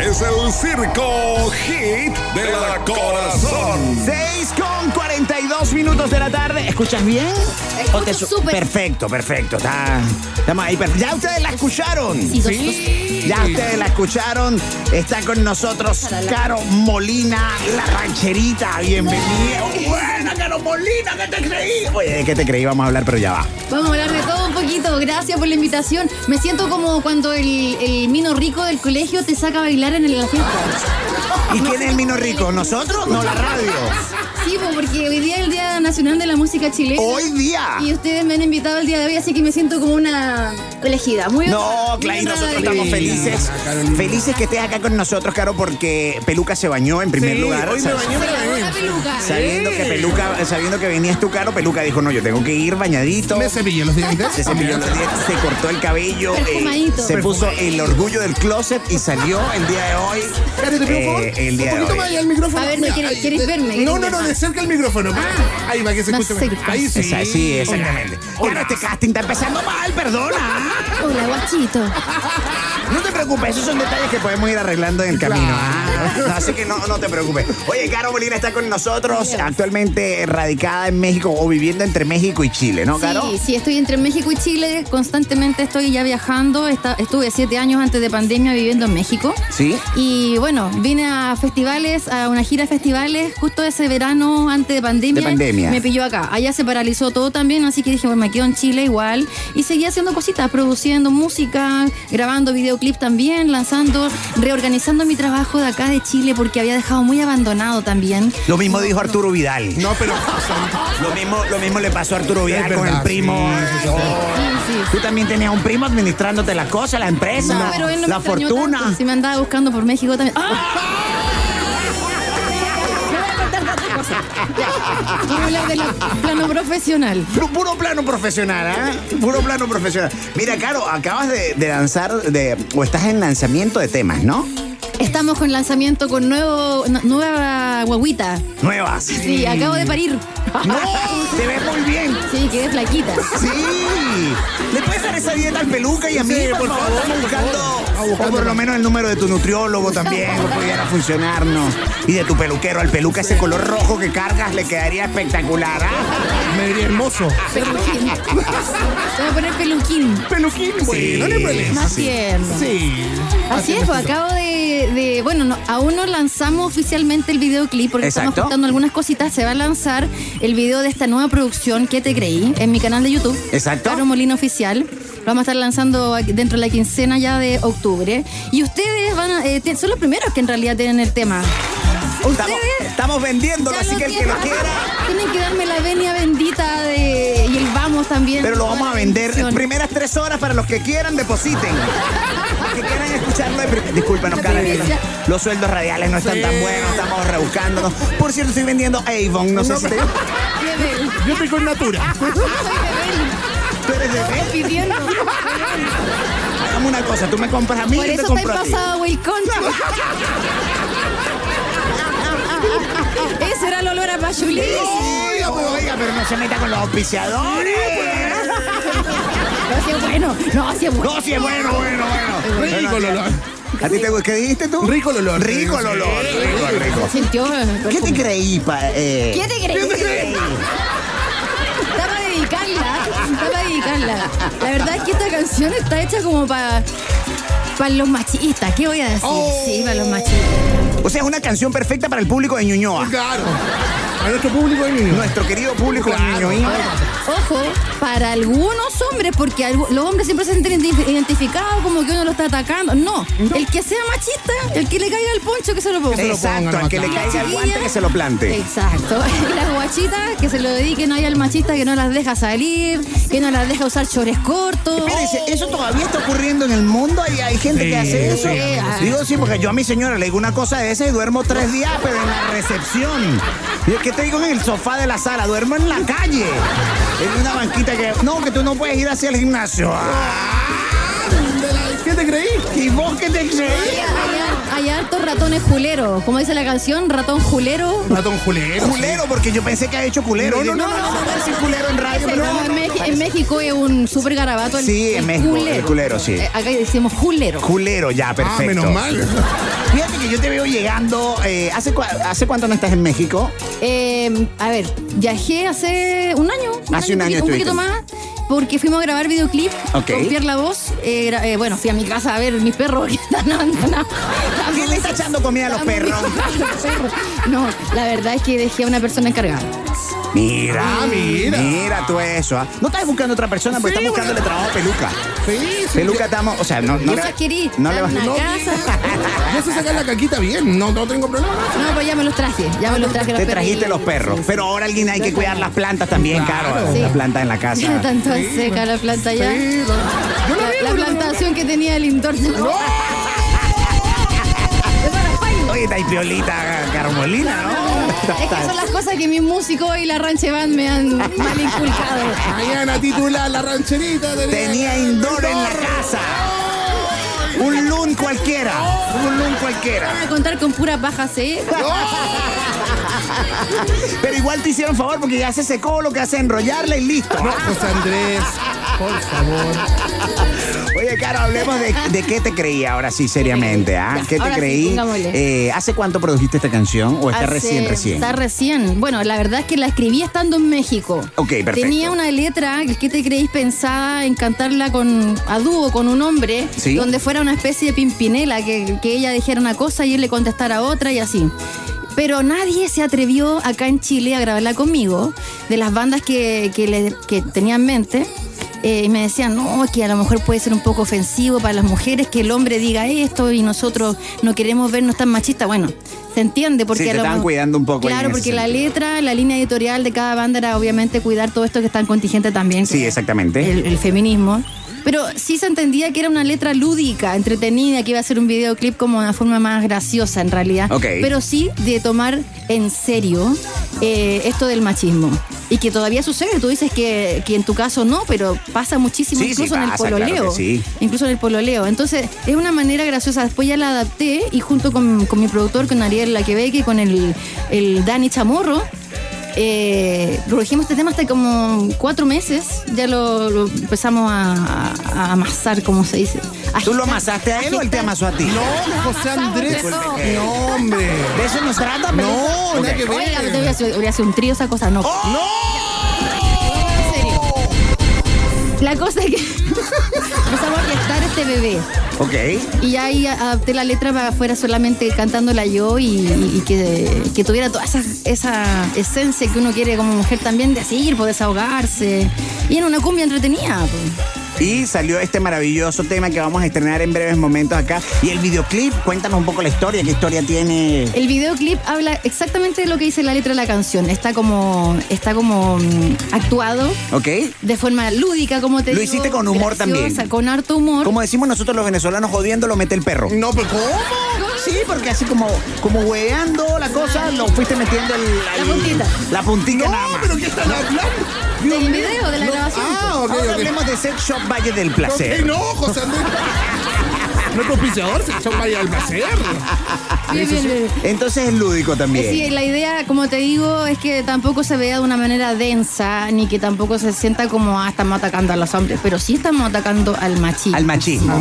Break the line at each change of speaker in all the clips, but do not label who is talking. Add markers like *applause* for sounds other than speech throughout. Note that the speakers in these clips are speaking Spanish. es el circo hit de la corazón.
6 con 42 minutos de la tarde. ¿Escuchas bien?
Escucho
¿O te su-
súper.
Perfecto, perfecto. Está, estamos ahí. perfecto. Ya ustedes la escucharon.
Sí, dos,
Ya ustedes la escucharon. Está con nosotros
Para la-
Caro Molina, la rancherita. Bienvenida. Buena, Caro Molina, ¿qué te creí? Oye, ¿de qué te creí? Vamos a hablar, pero ya va.
dos. Vamos a hablar de todo un poquito. Gracias por la invitación. Me siento como cuando el, el mino rico del colegio te saca a bailar en el- la fiesta.
¿Y quién es el Mino Rico? ¿Nosotros? No, la radio.
Sí, pues, porque hoy día es el Día Nacional de la Música Chilena.
Hoy día.
Y ustedes me han invitado el día de hoy, así que me siento como una elegida. Muy
No,
honrada,
Clay,
muy
nosotros
honrada de-
estamos felices. Felices que estés acá con nosotros, Caro, porque Peluca se bañó en primer
Sí,
lugar.
hoy me
Sab-
bañé.
Se grabó la peluca.
Sabiendo que Peluca, sabiendo que venías tú, Caro, Peluca dijo, no, yo tengo que ir bañadito.
Me cepillé los dientes.
Se cepilló los dientes, se cortó el cabello, eh,
Perfumadito.
se puso el orgullo del closet y salió el día de hoy.
Cari, ¿te pido un favor?
eh, el día
un
de
poquito
hoy.
más allá del micrófono.
A ver, ¿me
Mira,
quieres-
ahí,
quieres
de-
verme?
No,
¿Quieres
no, no,
verme?
de cerca el micrófono. pues.
Ah,
ahí va, que se
más
escuche. mejor.
cerca.
Ahí sí.
Esa- sí, exactamente. Claro,
Hola.
este casting está empezando mal, perdona.
Hola, guachito.
No te preocupes, esos son detalles que podemos ir arreglando en el camino. Ah, *laughs* así que no, no te preocupes. Oye, Caro Molina está con nosotros, actualmente radicada en México o viviendo entre México y Chile, ¿no, Caro?
Sí, sí, estoy entre México y Chile, constantemente estoy ya viajando, Esta- estuve siete años antes de pandemia viviendo en México.
Sí.
Y bueno, vine a festivales, a una gira de festivales, justo ese verano antes de pandemia.
De pandemia.
Me pilló acá. Allá se paralizó todo también, así que dije, bueno, me quedo en Chile igual. Y seguí haciendo cositas, produciendo música, grabando videoclips también, lanzando, reorganizando mi trabajo de acá de Chile porque había dejado muy abandonado también.
Lo mismo dijo Arturo Vidal.
No, pero.
Lo mismo, lo mismo le pasó a Arturo Vidal
Es
con el
verdad,
primo.
sí, sí, sí.
Oh.
Sí, sí, sí.
Tú también tenías un primo administrándote las cosas, la empresa,
No, pero él no
la
me extrañó
fortuna.
tanto. Si me andaba buscando por México también. ¡Ah! Vamos a hablar del plano profesional.
Pero puro plano profesional, ¿ah? Puro plano profesional. Mira, Caro, acabas de, de lanzar, de, o estás en lanzamiento de temas, ¿no?
Estamos con lanzamiento con nuevo, n- nueva guaguita.
Nuevas.
Sí, acabo de parir. *laughs*
¡No! ¡Te ves muy bien!
Sí, quedé flaquita.
¡Sí! ¿Le puedes dar esa dieta al peluca y a mí,
Sí,
por,
por
favor?
favor,
Estamos
por
buscando,
favor. Estamos
o por
buscando.
lo menos el número de tu nutriólogo también, que pudiera funcionarnos. Y de tu peluquero al peluca, ese color rojo que cargas le quedaría espectacular, ¿ah?
Me diría hermoso.
Peluquín. Se va a poner peluquín.
Peluquín, güey. No le problema.
Más tierno.
Sí.
Así es, pues acabo de, de- bueno, no, aún no lanzamos oficialmente el videoclip porque
Exacto.
estamos juntando algunas cositas. Se va a lanzar el video de esta nueva producción que te creí en mi canal de YouTube.
Exacto.
Caro Molina Oficial. Lo vamos a estar lanzando aquí- dentro de la quincena ya de octubre. Y ustedes van a, eh, te- son los primeros que en realidad tienen el tema.
Estamos, estamos vendiéndolo,
Ya
así
lo
que el que lo
tienen. *laughs*
quiera.
Tienen que darme la venia bendita de, y el vamos también.
Pero lo vamos a vender
Bendición.
primeras tres horas para los que quieran, depositen. Los que quieran escucharlo, de pri- discúlpanos, cara, que los, los sueldos radiales no están tan buenos, estamos rebuscándonos. Por cierto, estoy vendiendo Avon, no, sé si
*laughs* Bebel.
Yo estoy con Natura.
tú eres de
Soy Bebel,
*laughs*
pidiendo.
Hagamos una cosa, tú me compras a mí
Por
y te
eso estáis
compro a ti.
pasado
*laughs*
el concho. Ese era el olor a pachulí.
Oiga, pues, oiga, pero no se meta con los auspiciadores.
No, si es bueno. No, si es bueno.
No, si es bueno, bueno, bueno.
Rico el olor.
¿A ti te gusta? ¿Qué dijiste tú?
Rico el olor.
Rico el olor, rico, rico.
Sintió el
¿Qué
perfume.
te creí, pa? eh?
¿Qué te crees? Está para dedicarla. Está para dedicarla. La verdad es que esta canción está hecha como para... Para los machistas, ¿qué voy a decir? Sí, para
Oh.
los machistas.
O sea, es una canción perfecta para el público de Ñuñoa.
Claro. A nuestro público de niños.
Nuestro querido público de
Claro.
Ñuñoa.
Ahora, ojo, para algunos hombres, porque algu- los hombres siempre se sienten identi- identificados como que uno lo está atacando. No, el que sea machista, el que le caiga el poncho, que se lo ponga.
lo
Exacto,
pongan
al que le
acá.
caiga el guante que se lo plante.
Exacto. *laughs* Y las guachitas, que se lo dediquen ahí al machista que no las deja salir, que no las deja usar chores cortos.
Espérense, ¿eso todavía está ocurriendo en el mundo? ¿Hay, hay gente que
Sí,
hace eso? Ah.
sí, sí.
Digo, sí, porque yo a mi señora le digo una cosa de esa y duermo tres días, pero en la recepción. Y es que te digo en el sofá de la sala, duermo en la calle. En una banquita que... No, que tú no puedes ir hacia el gimnasio.
¿Qué te creí?
¿Y vos qué te crees?
Hay, har- hay hartos ratones juleros. Como dice la canción, ratón julero.
Ratón Julero.
Culero, porque yo pensé que ha hecho culero.
No, no, no, no, no,
no, decir culero en radio.
Ese,
pero
no,
no,
en,
no,
Meji- en México es un súper garabato. el-
Sí, en
el
México, el culero, sí.
Eh, Acá decimos julero.
Culero, ya,
Ah,
perfecto.
menos mal.
Fíjate que yo te veo llegando. eh, ¿hace, cua- ¿Hace cuánto no estás en México?
Eh, a ver, viajé hace un año.
Hace un año
Un
estuviste.
poquito, un poquito más. Porque fuimos a grabar videoclip
Ok.
con Pierre La Voz. Eh, gra- eh, bueno, fui a mi casa a ver mis perros *laughs* que están abandonados.
¿Quién le está echando comida a los
Estaban
perros?
muy- los perros. No, la verdad es que dejé a una persona encargada.
Mira,
Ah, mira.
Mira tú eso. ah. No estás buscando otra persona, porque
Sí,
estás buscándole trabajo a Peluca.
Sí, sí.
Peluca estamos, o sea, no, no,
Yo
le-
adquirí
no le vas
una
No,
casa.
*laughs*
Yo sé sacar la caquita bien, no, no tengo problema.
No, pero pues ya me los traje. Ya me los traje los
Te trajiste
perritos.
los perros, pero ahora alguien hay que cuidar las plantas también,
Claro.
caro.
Sí.
Las plantas en la
*laughs*
casa.
Tanto seca la planta ya.
Sí, no. Yo lo
La,
vi,
la
no, no, no.
plantación que tenía el entorno. *laughs*
Oye, está ahí piolita Carmolina, ¿no?
Es que son las cosas que mi músico y la ranche band me han mal inculcado.
Mañana titular la rancherita.
*laughs* Tenía indoor en la casa. Un loon cualquiera. Un loon cualquiera.
Van a contar con pura paja C.
Pero igual te hicieron favor porque ya se secó lo que hace es enrollarla y listo.
No, José Andrés, por favor.
Oye, Caro, hablemos de, de qué te creí ahora sí, seriamente. ¿ah?
Ya,
¿Qué te
ahora sí,
creí?
pongámosle.
Eh, ¿Hace cuánto produjiste esta canción? ¿O está
Hace-
recién, recién?
Está recién. Bueno, la verdad es que la escribí estando en México.
Ok, perfecto.
Tenía una letra, el que te creéis pensada en cantarla con a dúo con un hombre,
Sí.
donde fuera una especie de pimpinela, que, que ella dijera una cosa y él le contestara otra y así. Pero nadie se atrevió acá en Chile a grabarla conmigo, de las bandas que, que, le- que tenía en mente. eh, y me decían, no, que a lo mejor puede ser un poco ofensivo para las mujeres que el hombre diga esto y nosotros no queremos vernos tan machistas. Bueno, se entiende porque
Sí, te
a lo
estaban
mejor-
cuidando un poco ahí
Claro,
en ese
porque la
sentido.
letra, la línea editorial de cada banda era obviamente cuidar todo esto que está en contingente también.
Sí,
que-
exactamente.
El, el feminismo. Pero sí se entendía que era una letra lúdica, entretenida, que iba a ser un videoclip como una forma más graciosa en realidad.
Ok.
Pero sí de tomar en serio eh, esto del machismo. Y que todavía sucede, tú dices que, que en tu caso no, pero pasa muchísimo,
Sí, sí
incluso en el
pasa, claro que
pololeo.
sí.
Incluso en el pololeo. Entonces, es una manera graciosa. Después ya la adapté y junto con, con mi productor, con Ariel Laquebeque y con el, el Dani Chamorro, eh, produjimos este tema hasta como cuatro meses. Ya lo, lo empezamos a, a- a amasar, como se dice.
¿Tú lo
Agitar-
amasaste a él o él te
agitar.
amasó a ti?
No, José Andrés.
Disculpe
No, hombre.
¿De eso nos trata?
No,
Melissa?
nada
Ok.
que ver.
Oiga, pero hubiera sido- hubiera sido un trío esa cosa, no. En serio.
¡Oh!
La cosa es que *laughs* empezamos a gestar este bebé.
Ok.
Y ya ahí adapté la letra para fuera solamente cantándola yo y, y que, que tuviera toda esa, esa esencia que uno quiere como mujer también de así, por desahogarse. Y era una cumbia entretenida. pues.
Y salió este maravilloso tema que vamos a estrenar en breves momentos acá. Y el videoclip, cuéntanos un poco la historia. ¿Qué historia tiene?
El videoclip habla exactamente de lo que dice la letra de la canción. Está como, está como mm, actuado
¿Ok?
de forma lúdica, como te
Lo
digo,
hiciste con humor también.
Con harto humor.
Como decimos nosotros los venezolanos, jodiendo lo mete el perro.
No, pero ¿cómo?
Sí, porque así como, como hueando la cosa, lo fuiste metiendo el,
La puntita.
La puntita nada
No,
más.
pero ¿qué están hablando?
Del video, de la
No,
grabación. pues.
Ah, ok,
Ahora
ok.
hablemos de Sex Shop Valle del Placer.
Ok, no, José Andrés. No es auspiciador, se echó María Almacer.
Ah,
Bien, bien, bien.
Entonces es lúdico también.
Sí, la idea, como te digo, es que tampoco se vea de una manera densa, ni que tampoco se sienta como, ah, estamos atacando a los hombres, pero sí estamos atacando al machismo.
Al machismo.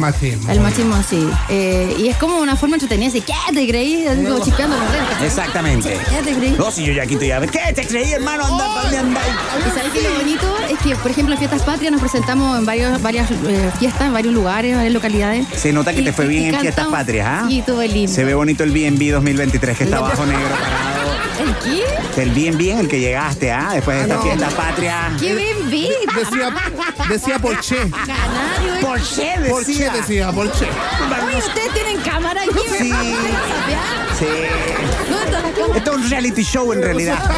Al machismo, sí. Eh, y es como una forma entretenida, así, ¿qué te creí? Así como chispeando por dentro.
Exactamente.
¿Qué te creí?
No, si yo ya quito ya. ¿Qué te creí, hermano? Anda, ¿pa' ¿dónde andáis?
Y sabes que lo bonito es que, por ejemplo, en Fiestas Patrias nos presentamos en varios, varias eh, fiestas, en varios lugares, varias localidades.
Se nota que
Y-
te fue
y-
bien
y
en Fiestas
cantamos.
Patrias, ¿ah?
Y todo lindo.
Se ve bonito el BNB 2023 que está
Lindo.
abajo negro parado.
¿El qué?
El BNB en el que llegaste, ¿ah? Después de esta fiesta patria.
¡Qué bien vi!
*laughs*
Decía, decía Porche.
Canario.
Porsche
Porche
decía.
decía, Porche.
Oye, ustedes tienen cámara aquí.
Sí.
¿Me van a sapear?
Sí.
¿Dónde está la cámara?
Esto es un reality show en realidad.
*laughs*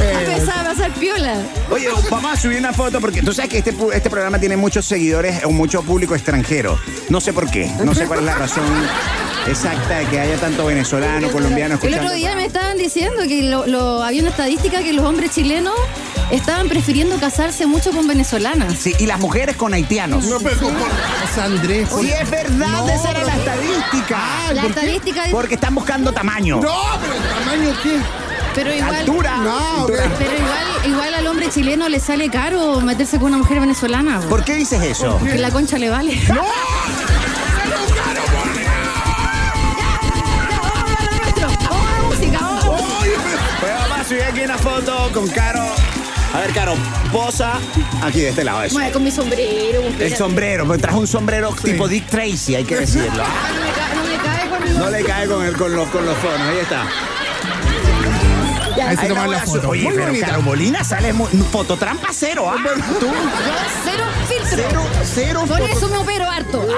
Eh.
Empezaba a hacer piola.
*laughs* Oye, vamos a subir una foto porque tú sabes que este, pu- este programa tiene muchos seguidores o mucho público extranjero. No sé por qué. No sé cuál es la razón exacta de que haya tanto venezolano, colombiano
El
escuchando.
otro día me estaban diciendo que lo, lo- había una estadística que los hombres chilenos estaban prefiriendo casarse mucho con venezolanas.
Sí, y las mujeres con haitianos.
No, pero ¿cómo? José Andrés.
Sí, es verdad,
No,
esa era la
pero-
estadística.
Ah, La estadística dice,
Porque están buscando tamaño,
No, pero el tamaño qué.
pero igual,
altura.
No, ok.
pero igual, igual al hombre chileno le sale caro meterse con una mujer venezolana.
¿Por qué dices eso?
*laughs* Porque la concha le vale.
¡No! ¡Se lo ganaron,
Pues con Caro. A ver, Caro, posa aquí de este lado. Eso.
Mueve con mi sombrero.
El
espérate.
sombrero, me trajo un sombrero tipo Dick Tracy, *laughs* hay que decirlo.
Ay, no me ca- No me cae conmigo.
No le cae con, el, con, los, con los fonos, ahí está.
Ahí se
Ahí la
toman
voy
la
a
foto.
su- Oye,
Muy
pero
bonita.
Caro Molina sale muy... Fototrampa cero, ¿ah? Tú,
Yo cero filtro.
cero, cero
Por
foto-
eso me opero harto. Ah.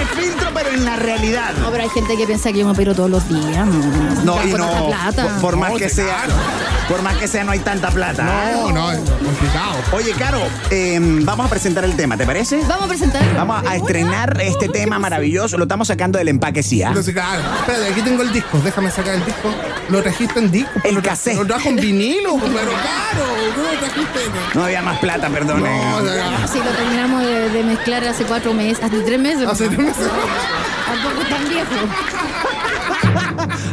Es filtro, pero en la realidad.
No, pero hay gente que piensa que yo me opero todos los días. No,
No,
Ya
y
con tanta
no,
plata.
por más
No,
que
te
sea, por más que sea, no hay tanta plata.
No, no, es complicado.
Oye, Caro, eh, vamos a presentar el tema, ¿te parece?
Vamos a presentarlo.
Vamos a estrenar este tema maravilloso, lo estamos sacando del empaque sí, ¿ah?
Entonces, claro, espérate, aquí tengo el disco, déjame sacar el disco. Lo trajiste en disco.
El
lo tra-
cassette.
Lo trajo en vinilo, pues, pero claro, no lo trajiste en...
No había más plata, perdón.
No, o sea,
Sí, lo terminamos de, de mezclar hace cuatro meses, hace tres meses.
hace
¿no?
tres meses.
Tampoco es tan viejo.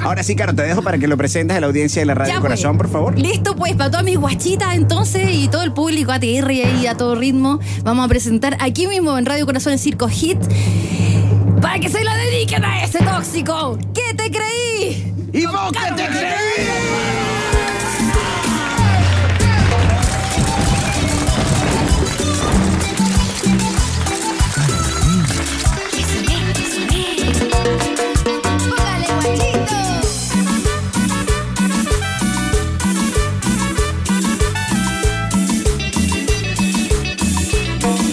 Ahora sí, Caro, te dejo para que lo presentes a la audiencia de la Radio
Ya, pues.
Corazón, por favor.
Listo, pues, para todas mis guachitas entonces y todo el público ATR ahí a todo ritmo. Vamos a presentar aquí mismo en Radio Corazón el Circo Hit. Para que se la dediquen a ese tóxico. ¿Qué te creí?
¡Y vos qué te crees!
Póngale, guachito.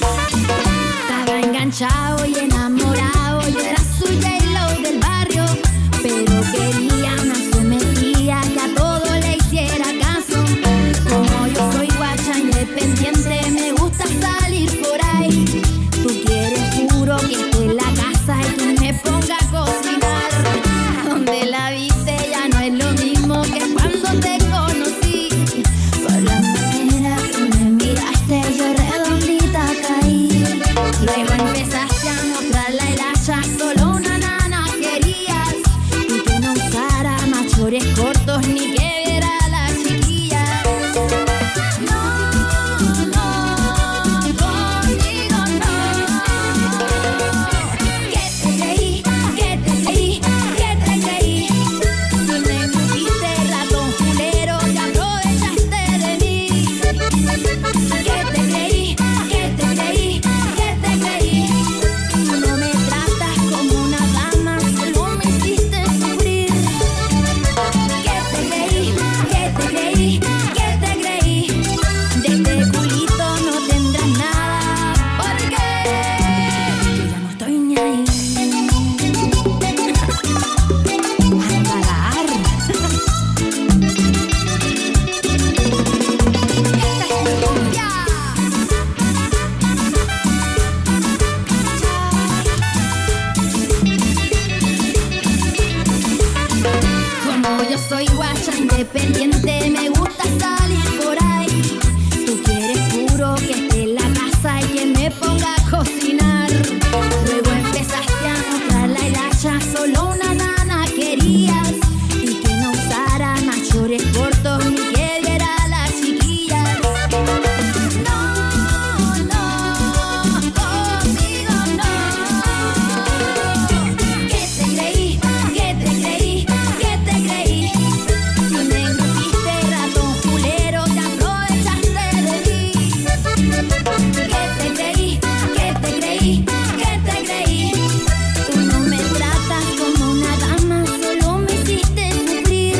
Estaba enganchado y enamorado, yo era suya y lo del barrio. Pero quería una se metía que a todo le hiciera caso. Como yo soy guacha independiente, me gusta salir por ahí. Tú quieres juro que esté en la casa y que me ponga a cocinar. Donde la viste ya no es lo mismo que cuando te conocí. Por la manera que me miraste, yo redondita caí. Luego empezaste a mostrar la hilacha, solo una nana querías. Y que no usara machores cortos ni que viera a la chiquilla. No, no, conmigo no. Que te creí, que te creí, que te creí. Si me metiste ratón culero, te aprovechaste de mí. Que te creí, que te creí, que te creí. No me tratas como una dama, solo me hiciste sufrir. Que te creí, que te creí, que te creí. De este culito no tendrás nada, porque yo ya no estoy ni ahí. Hasta la arma. Esta es mi cumbia. Como yo soy guacha independiente, me gusta salir por ahí. Tú quieres puro que esté en la casa y que me ponga a cocinar. Luego empezaste a mostrar la hilacha, solo una nana querías. Y que no usara mayores cortos ni que viera a la chiquilla. No, no, conmigo no. Que te creí, que te creí, que te creí. Si me metiste ratón culero, te aprovechaste de mí. Que te creí, que te creí, que te creí. Tú no me tratas como una dama, solo me hiciste sufrir.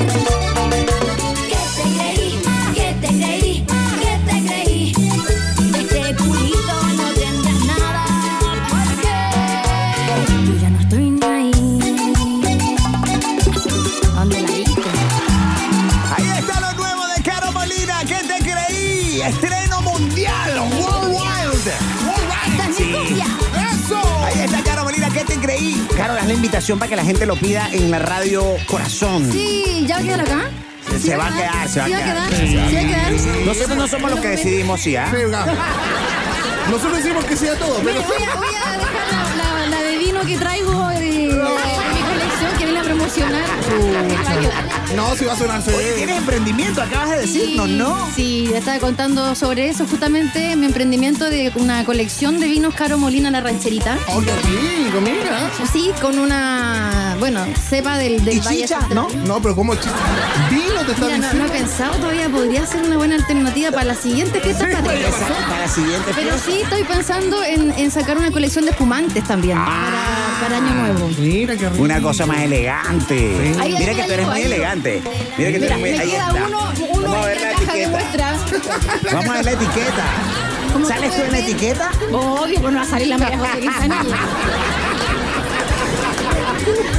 Que te creí, que te creí, que te creí. De este culito no tendrás nada, porque yo ya no estoy ni ahí. ¿A ¿Dónde la viste?
Ahí está lo nuevo de Caro Molina, ¿qué te creí? Estreno mundial, Worldwide.
Esta es mi cumbia.
Ahí está Caro Molina, ¿qué te creí? Caro, haz la invitación para que la gente lo pida en la radio Corazón.
Sí, ¿ya va a quedar acá?
Se-
¿Sí
se va a
quedar?
quedar, se va a
¿Sí
quedar.
¿Sí va a quedar?
Nosotros no somos los que decidimos, sí, ¿ah?
Sí, claro. Nosotros decimos que sea todo,
Mira,
pero
voy a, voy a dejar la, la- la eh, de vino que traigo de, de mi colección que viene a promocionar. Va a quedar.
No, si va a sonar
Oye,
CD.
tienes emprendimiento, acabas de decirnos, ¿no?
Sí, ya estaba contando sobre eso, justamente mi emprendimiento de una colección de vinos Caro Molina La Rancherita.
Oh, qué rico, mira.
Sí, con una, bueno, cepa del, del
Y
Valle
chicha,
Central.
¿no?
No, pero ¿cómo chiste? Vino te está
este Mira, no,
diciendo.
no he pensado todavía, podría ser una buena alternativa para la siguiente fiesta patria.
Para la siguiente
Pero
fiesta.
sí estoy pensando en, en sacar una colección de espumantes también
Ah.
para, para Año Nuevo.
Mira, qué rico.
Una cosa más elegante.
Ahí,
Mira
ahí,
que tú eres
ahí,
muy
ahí.
elegante. Mira que tú
Mira,
eres muy
me
ahí
queda
está.
uno,
Vamos a
uno
ver
en la
la
caja de
etiqueta.
muestras.
Vamos a ver la etiqueta.
¿Cómo
¿Sales
se
tú
puede
en la
ver?
etiqueta?
Obvio, pues no va a salir la María
*laughs*
José Quintanilla.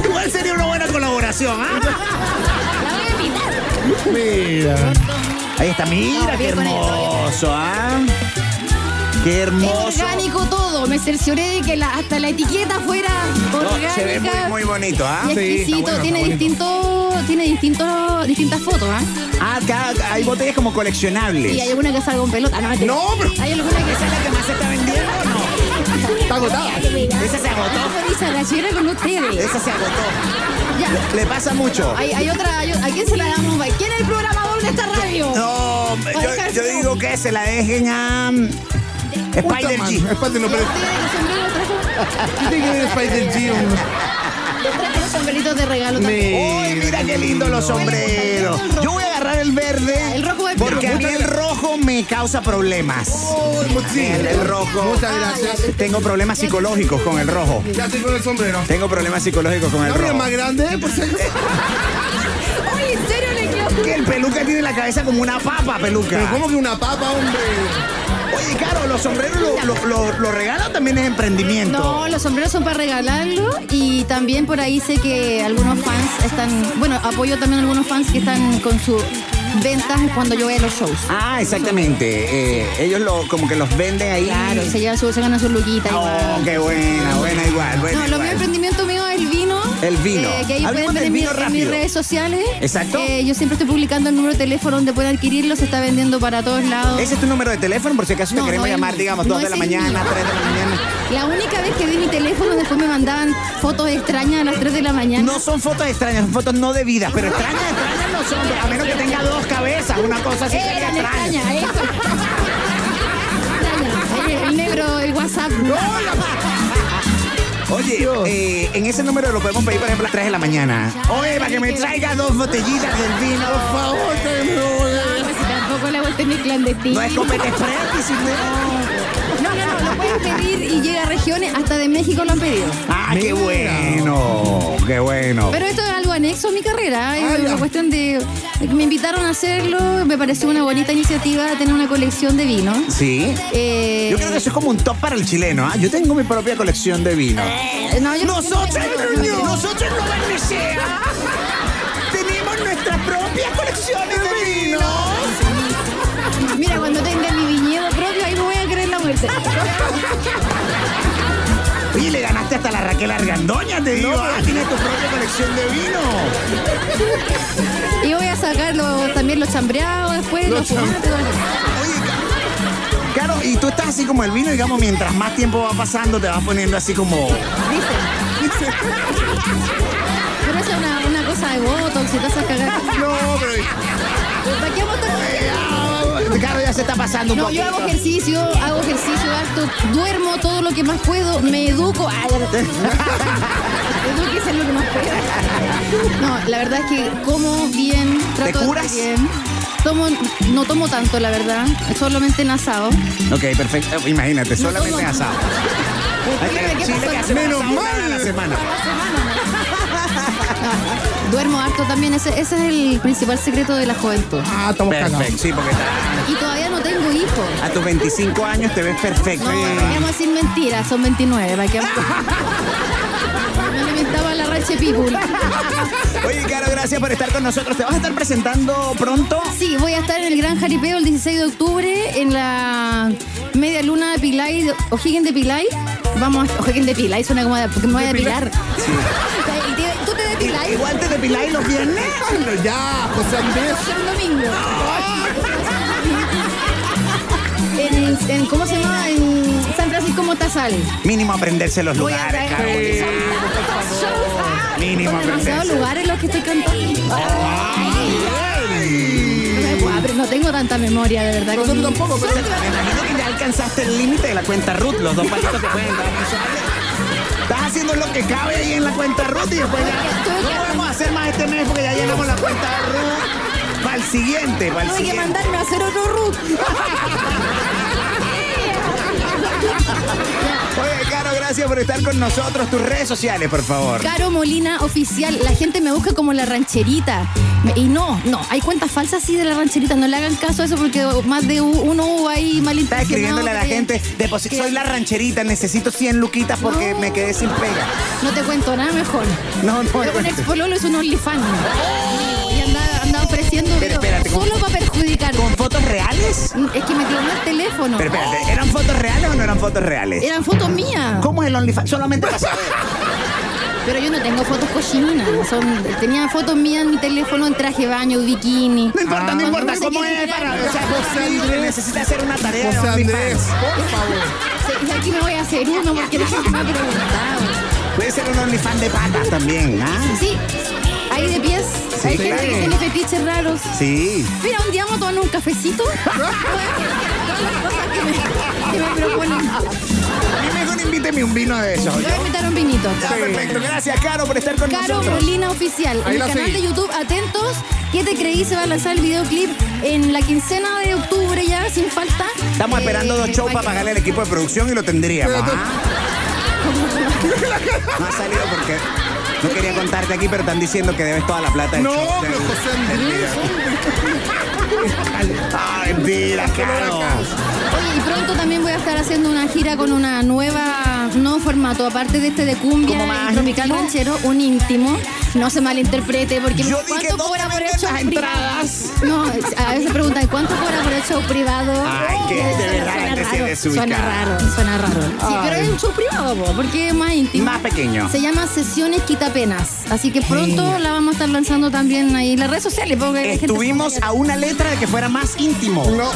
Igual sería una buena colaboración,
*laughs*
¿ah?
La voy a invitar.
Mira.
Ahí está, mira
No,
qué
bien con el
hermoso, ¿ah? Qué
Es
hermoso.
orgánico todo. Me cercioré de que la- hasta la etiqueta fuera orgánica.
No, se ve muy, muy bonito, ¿ah?
Y
Sí, está
exquisito,
bueno,
tiene
está
distinto, tiene distintos, distintas fotos, ¿ah?
Ah, acá hay botellas como coleccionables.
Y hay alguna que salga con pelota, no, mentira.
No, pero-
Hay alguna
¿Esa
que
es
salga
la que más se está vendiendo o no?
Está agotada.
Esa se agotó.
con esa gachera con ustedes.
Esa se agotó.
Ya.
Le pasa mucho.
Hay, hay otra, hay- ¿a quién se la damos? ¿A ¿Quién es el programador de esta radio?
No, yo, yo digo que se la dejen a um, Spider
Puta,
G.
man, Espérate, no,
¿Y
pero.
ustedes el sombrero trajo?
¿Qué tiene que ver Spider G? hombre?
Les traje los sombreritos de regalo también.
Uy, mira qué lindo los sombreros. Yo voy a agarrar el verde.
El rojo va a-
Porque a mí el rojo me causa problemas.
Oh, sí.
El, el rojo.
Muchas gracias.
Tengo problemas psicológicos con el rojo.
Ya estoy con el sombrero.
Tengo problemas psicológicos con el
¿No mira
rojo. *laughs*
más grande? Por si acaso.
Oye, ¿en serio le quedó?
Que el peluca tiene la cabeza como una papa,
Pero
peluca.
¿cómo que una papa, hombre?
Oye, Caro, los sombreros los lo, lo- lo regalan también es emprendimiento.
No, los sombreros son para regalarlo y también por ahí sé que algunos fans están, bueno, apoyo también a algunos fans que están con sus ventas cuando yo voy a los shows.
Ah, exactamente. Eh, ellos lo, como que los venden ahí.
Claro, y se llevan su, se ganan su luquita
Oh,
igual.
qué buena, buena igual. Buena,
No, lo mío
igual.
emprendimiento mío es el vino.
El vino.
eh, que ahí
Hablemos
pueden ver
del
en, mi-
vino
en mis
rápido.
redes sociales.
Exacto.
Eh, yo siempre estoy publicando el número de teléfono donde pueden adquirirlo. Se está vendiendo para todos lados.
Ese es tu número de teléfono, por si acaso te
No,
queremos
no es
llamar,
mío.
digamos,
No
2 de
es
la
el
mañana,
mío.
3 de la mañana.
La única vez que di mi teléfono, después me mandaban fotos extrañas a las 3 de la mañana.
No son fotos extrañas, son fotos no debidas, pero extrañas, extrañas no son, a menos que tenga dos cabezas, una cosa así sería
Eran
extraña.
extrañas,
*laughs*
Eh, eso. Extrañas. Oye, El negro, el WhatsApp. Ah,
Oye, eh, en ese número lo podemos pedir, por ejemplo, a las 3 de la mañana. Oye, para que me traiga dos botellitas del vino, por favor.
Pues si tampoco la voy a tener clandestina.
No es copete express, si no.
No, no, no, lo pueden pedir y llega a regiones, hasta de México lo han pedido.
Ah, qué bueno, qué bueno.
Pero esto es algo anexo a mi carrera, ¿eh?
Ah,
es
ya.
una cuestión de... Me invitaron a hacerlo, me pareció una bonita iniciativa tener una colección de vinos.
Sí.
Eh,
Yo creo que eso es como un top para el chileno, ¿ah? Yo tengo mi propia colección de vino.
no, yo-
Nosotros,
no, no, no.
nosotros no Valdesea, tenemos nuestras propias colecciones de vino.
Mira, cuando tenga mi viñedo propio, ahí me voy a creer la muerte.
Oye, le ganaste hasta la Raquel Argandoña, te digo. Ah, tienes tu propia colección de vino.
Y voy a sacar los- también los chambreados después, los, fumantes, todo eso.
Claro, y tú estás así como el vino, digamos, mientras más tiempo va pasando, te vas poniendo así como.
Dicen. Pero eso es una, una cosa de botox y todas esas cagadas.
No, pero.
¿Para qué vamos a estar-
Claro, ya se está pasando un
No, yo
poquito.
hago ejercicio, hago ejercicio harto, duermo todo lo que más puedo, me educo. Ah, ya no. *laughs* Edúquese en lo que más pueda. No, la verdad es que como bien, trato de
curas?
estar bien. Tomo, no tomo tanto, la verdad, solamente en asado.
Ok, perfecto. Oh, Imagínate, solamente
somos-
asado. Hay que-
Pues Mira, ¿qué
Chile
pasó?
que hace un
Menos
asado una vez a la
mal.
semana.
Duermo harto también, ese, ese es el principal secreto de la juventud.
Ah, estamos
Perfecto,
cagados.
sí, porque está.
Y todavía no tengo hijos.
A tus 25 años te ves perfecto.
No, para qué vamos a decir mentiras, son 29, para qué vamos No le mentaba la Rache People.
Oye, Caro, gracias por estar con nosotros. ¿Te vas a estar presentando pronto?
Sí, voy a estar en el Gran Jaripeo el 16 de octubre en la media luna de Pilay, de- O'Higgins de Pilay. Vamos, a- O'Higgins de Pilay, suena como de, porque me voy a depilar. Y *laughs* te- ¿Tú te depiláis?
Igual te depiláis los viernes.
Pero ya, José Andrés.
Yo el domingo. En, en- ¿Cómo se llama? En San Francisco Motazal.
Mínimo aprenderse los
Voy a
lugares, Caro.
traer. Son
Mínimo
demasiados
aprenderse. Oh,
lugares los que estoy cantando. Guau, pero no tengo tanta memoria, de verdad.
Nosotros
conmigo.
tampoco, pero-
Me imagino que ya alcanzaste el límite de la cuenta Ruth. Los dos palitos te pueden dar mensuales. Estás haciendo lo que cabe ahí en la cuenta Ruth y después ya. No podemos hacer más este mes porque ya llenamos la cuenta de Ruth. Para el siguiente, para el
Tuve que
siguiente.
mandarme a hacer otro root.
Oye, Caro, gracias por estar con nosotros. Tus redes sociales, por favor.
Caro Molina Oficial, la gente me busca como la rancherita. Me- Y no, no, hay cuentas falsas así de la rancherita. No le hagan caso a eso porque más de u- Eh, uno hubo ahí
Está
malintencionado.
escribiéndole a la
que-
gente, "Deposi-
que-
soy la rancherita, necesito 100 luquitas porque
No.
me quedé sin pega.
No te cuento nada mejor.
No, no,
Es un
no.
expololo es un OnlyFans. Y anda, anda ofreciendo
Pero espérate, ¿cómo?
solo para perjudicarme.
¿Con fotos reales?
Es que me clonó el teléfono.
Pero espérate, ¿eran fotos reales o no eran fotos reales?
Eran fotos mías.
¿Cómo es el OnlyFans? Solamente para saber.
Pero yo no tengo fotos cochininas. Son, tenía fotos mías en mi teléfono en traje de baño, bikini. Ah.
No importa, no
Cuando
importa
uno se
cómo
quiere
es
tirar,
para. O sea,
José
José
Andrés.
necesita hacer una tarea de
José Andrés,
OnlyFans. *laughs*
por favor.
Sí, y aquí me voy a hacer uno porque la gente me ha preguntado.
Puede ser un OnlyFans de patas también, ¿ah?
Sí, hay de pies. hay gente que tiene fetiches raros.
Sí.
Mira, un día vamos a tomar
*laughs*
un cafecito. Todas las cosas que me, que me proponen.
A mí mejor invíteme un vino de esos.
Voy a invitar un vinito.
Ah, perfecto. Gracias, Caro, por estar con
Caro
nosotros.
Molina Oficial.
Ahí
En
la
el canal
seguí.
de YouTube, atentos. ¿Qué te creí? Se va a lanzar el videoclip en la quincena de octubre ya, sin falta.
Estamos
Eh,
esperando dos shows para
que-
pagarle al equipo de producción y lo tendríamos.
Pero-
¿ah? No ha salido porque no quería contarte aquí, pero están diciendo que debes toda la plata. del
No,
show del-
pero José Andrés.
Ay, mentira, Caro.
Oye, y pronto también voy a estar haciendo una gira con una nueva, un nuevo formato, aparte de este de cumbia
¿Como más
y tropical
íntimo?
ranchero, un íntimo. No se malinterprete, porque
Yo
¿cuánto
dije, ¿dónde
cobra por el
venden
show
las
privado?
entradas?
No, a veces preguntan, ¿cuánto cobra por el show privado?
Ay, que de
Suena-
verdad,
suena
gente se
raro,
desubica.
Suena raro, suena raro. Sí, pero es un show privado, po, porque es más íntimo.
Más pequeño.
Se llama Sesiones Quitapenas. Así que pronto la vamos a estar lanzando también ahí en las redes sociales. Porque la gente se
Estuvimos a una letra de que fuera más íntimo.
No,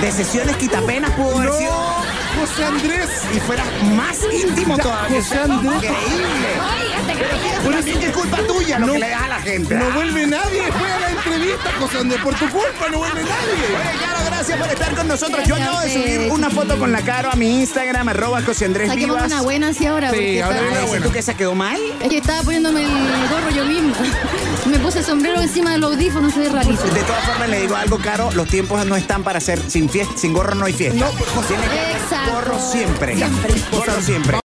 De sesiones quitapenas pudo haber sido.
no, José Andrés.
Y fuera más íntimo
Ya,
todavía.
José Andrés.
Increíble. Pero sí que es culpa tuya lo
No.
que le das a la gente.
No
Ah.
vuelve nadie después de la entrevista, José Andrés. Por tu culpa no vuelve nadie.
Oye, Caro, gracias por estar con nosotros. Yo
Gracias
acabo de
a ustedes,
subir una foto con la Caro a mi Instagram, arroba José Andrés
Saquemos
Vivas.
una buena así ahora.
Sí,
porque
ahora
está-
viene
Ah,
una
¿dices
buena.
tú que se quedó mal?
Es que estaba poniéndome el gorro yo misma. *laughs* Me puse el sombrero encima del audífono, se ve rarísimo.
De todas formas, le digo algo, Caro, los tiempos no están para ser sin fiesta, sin gorro no hay fiesta.
No, José.
Tiene que haber
Exacto.
gorro siempre.
Siempre.
Gorro siempre.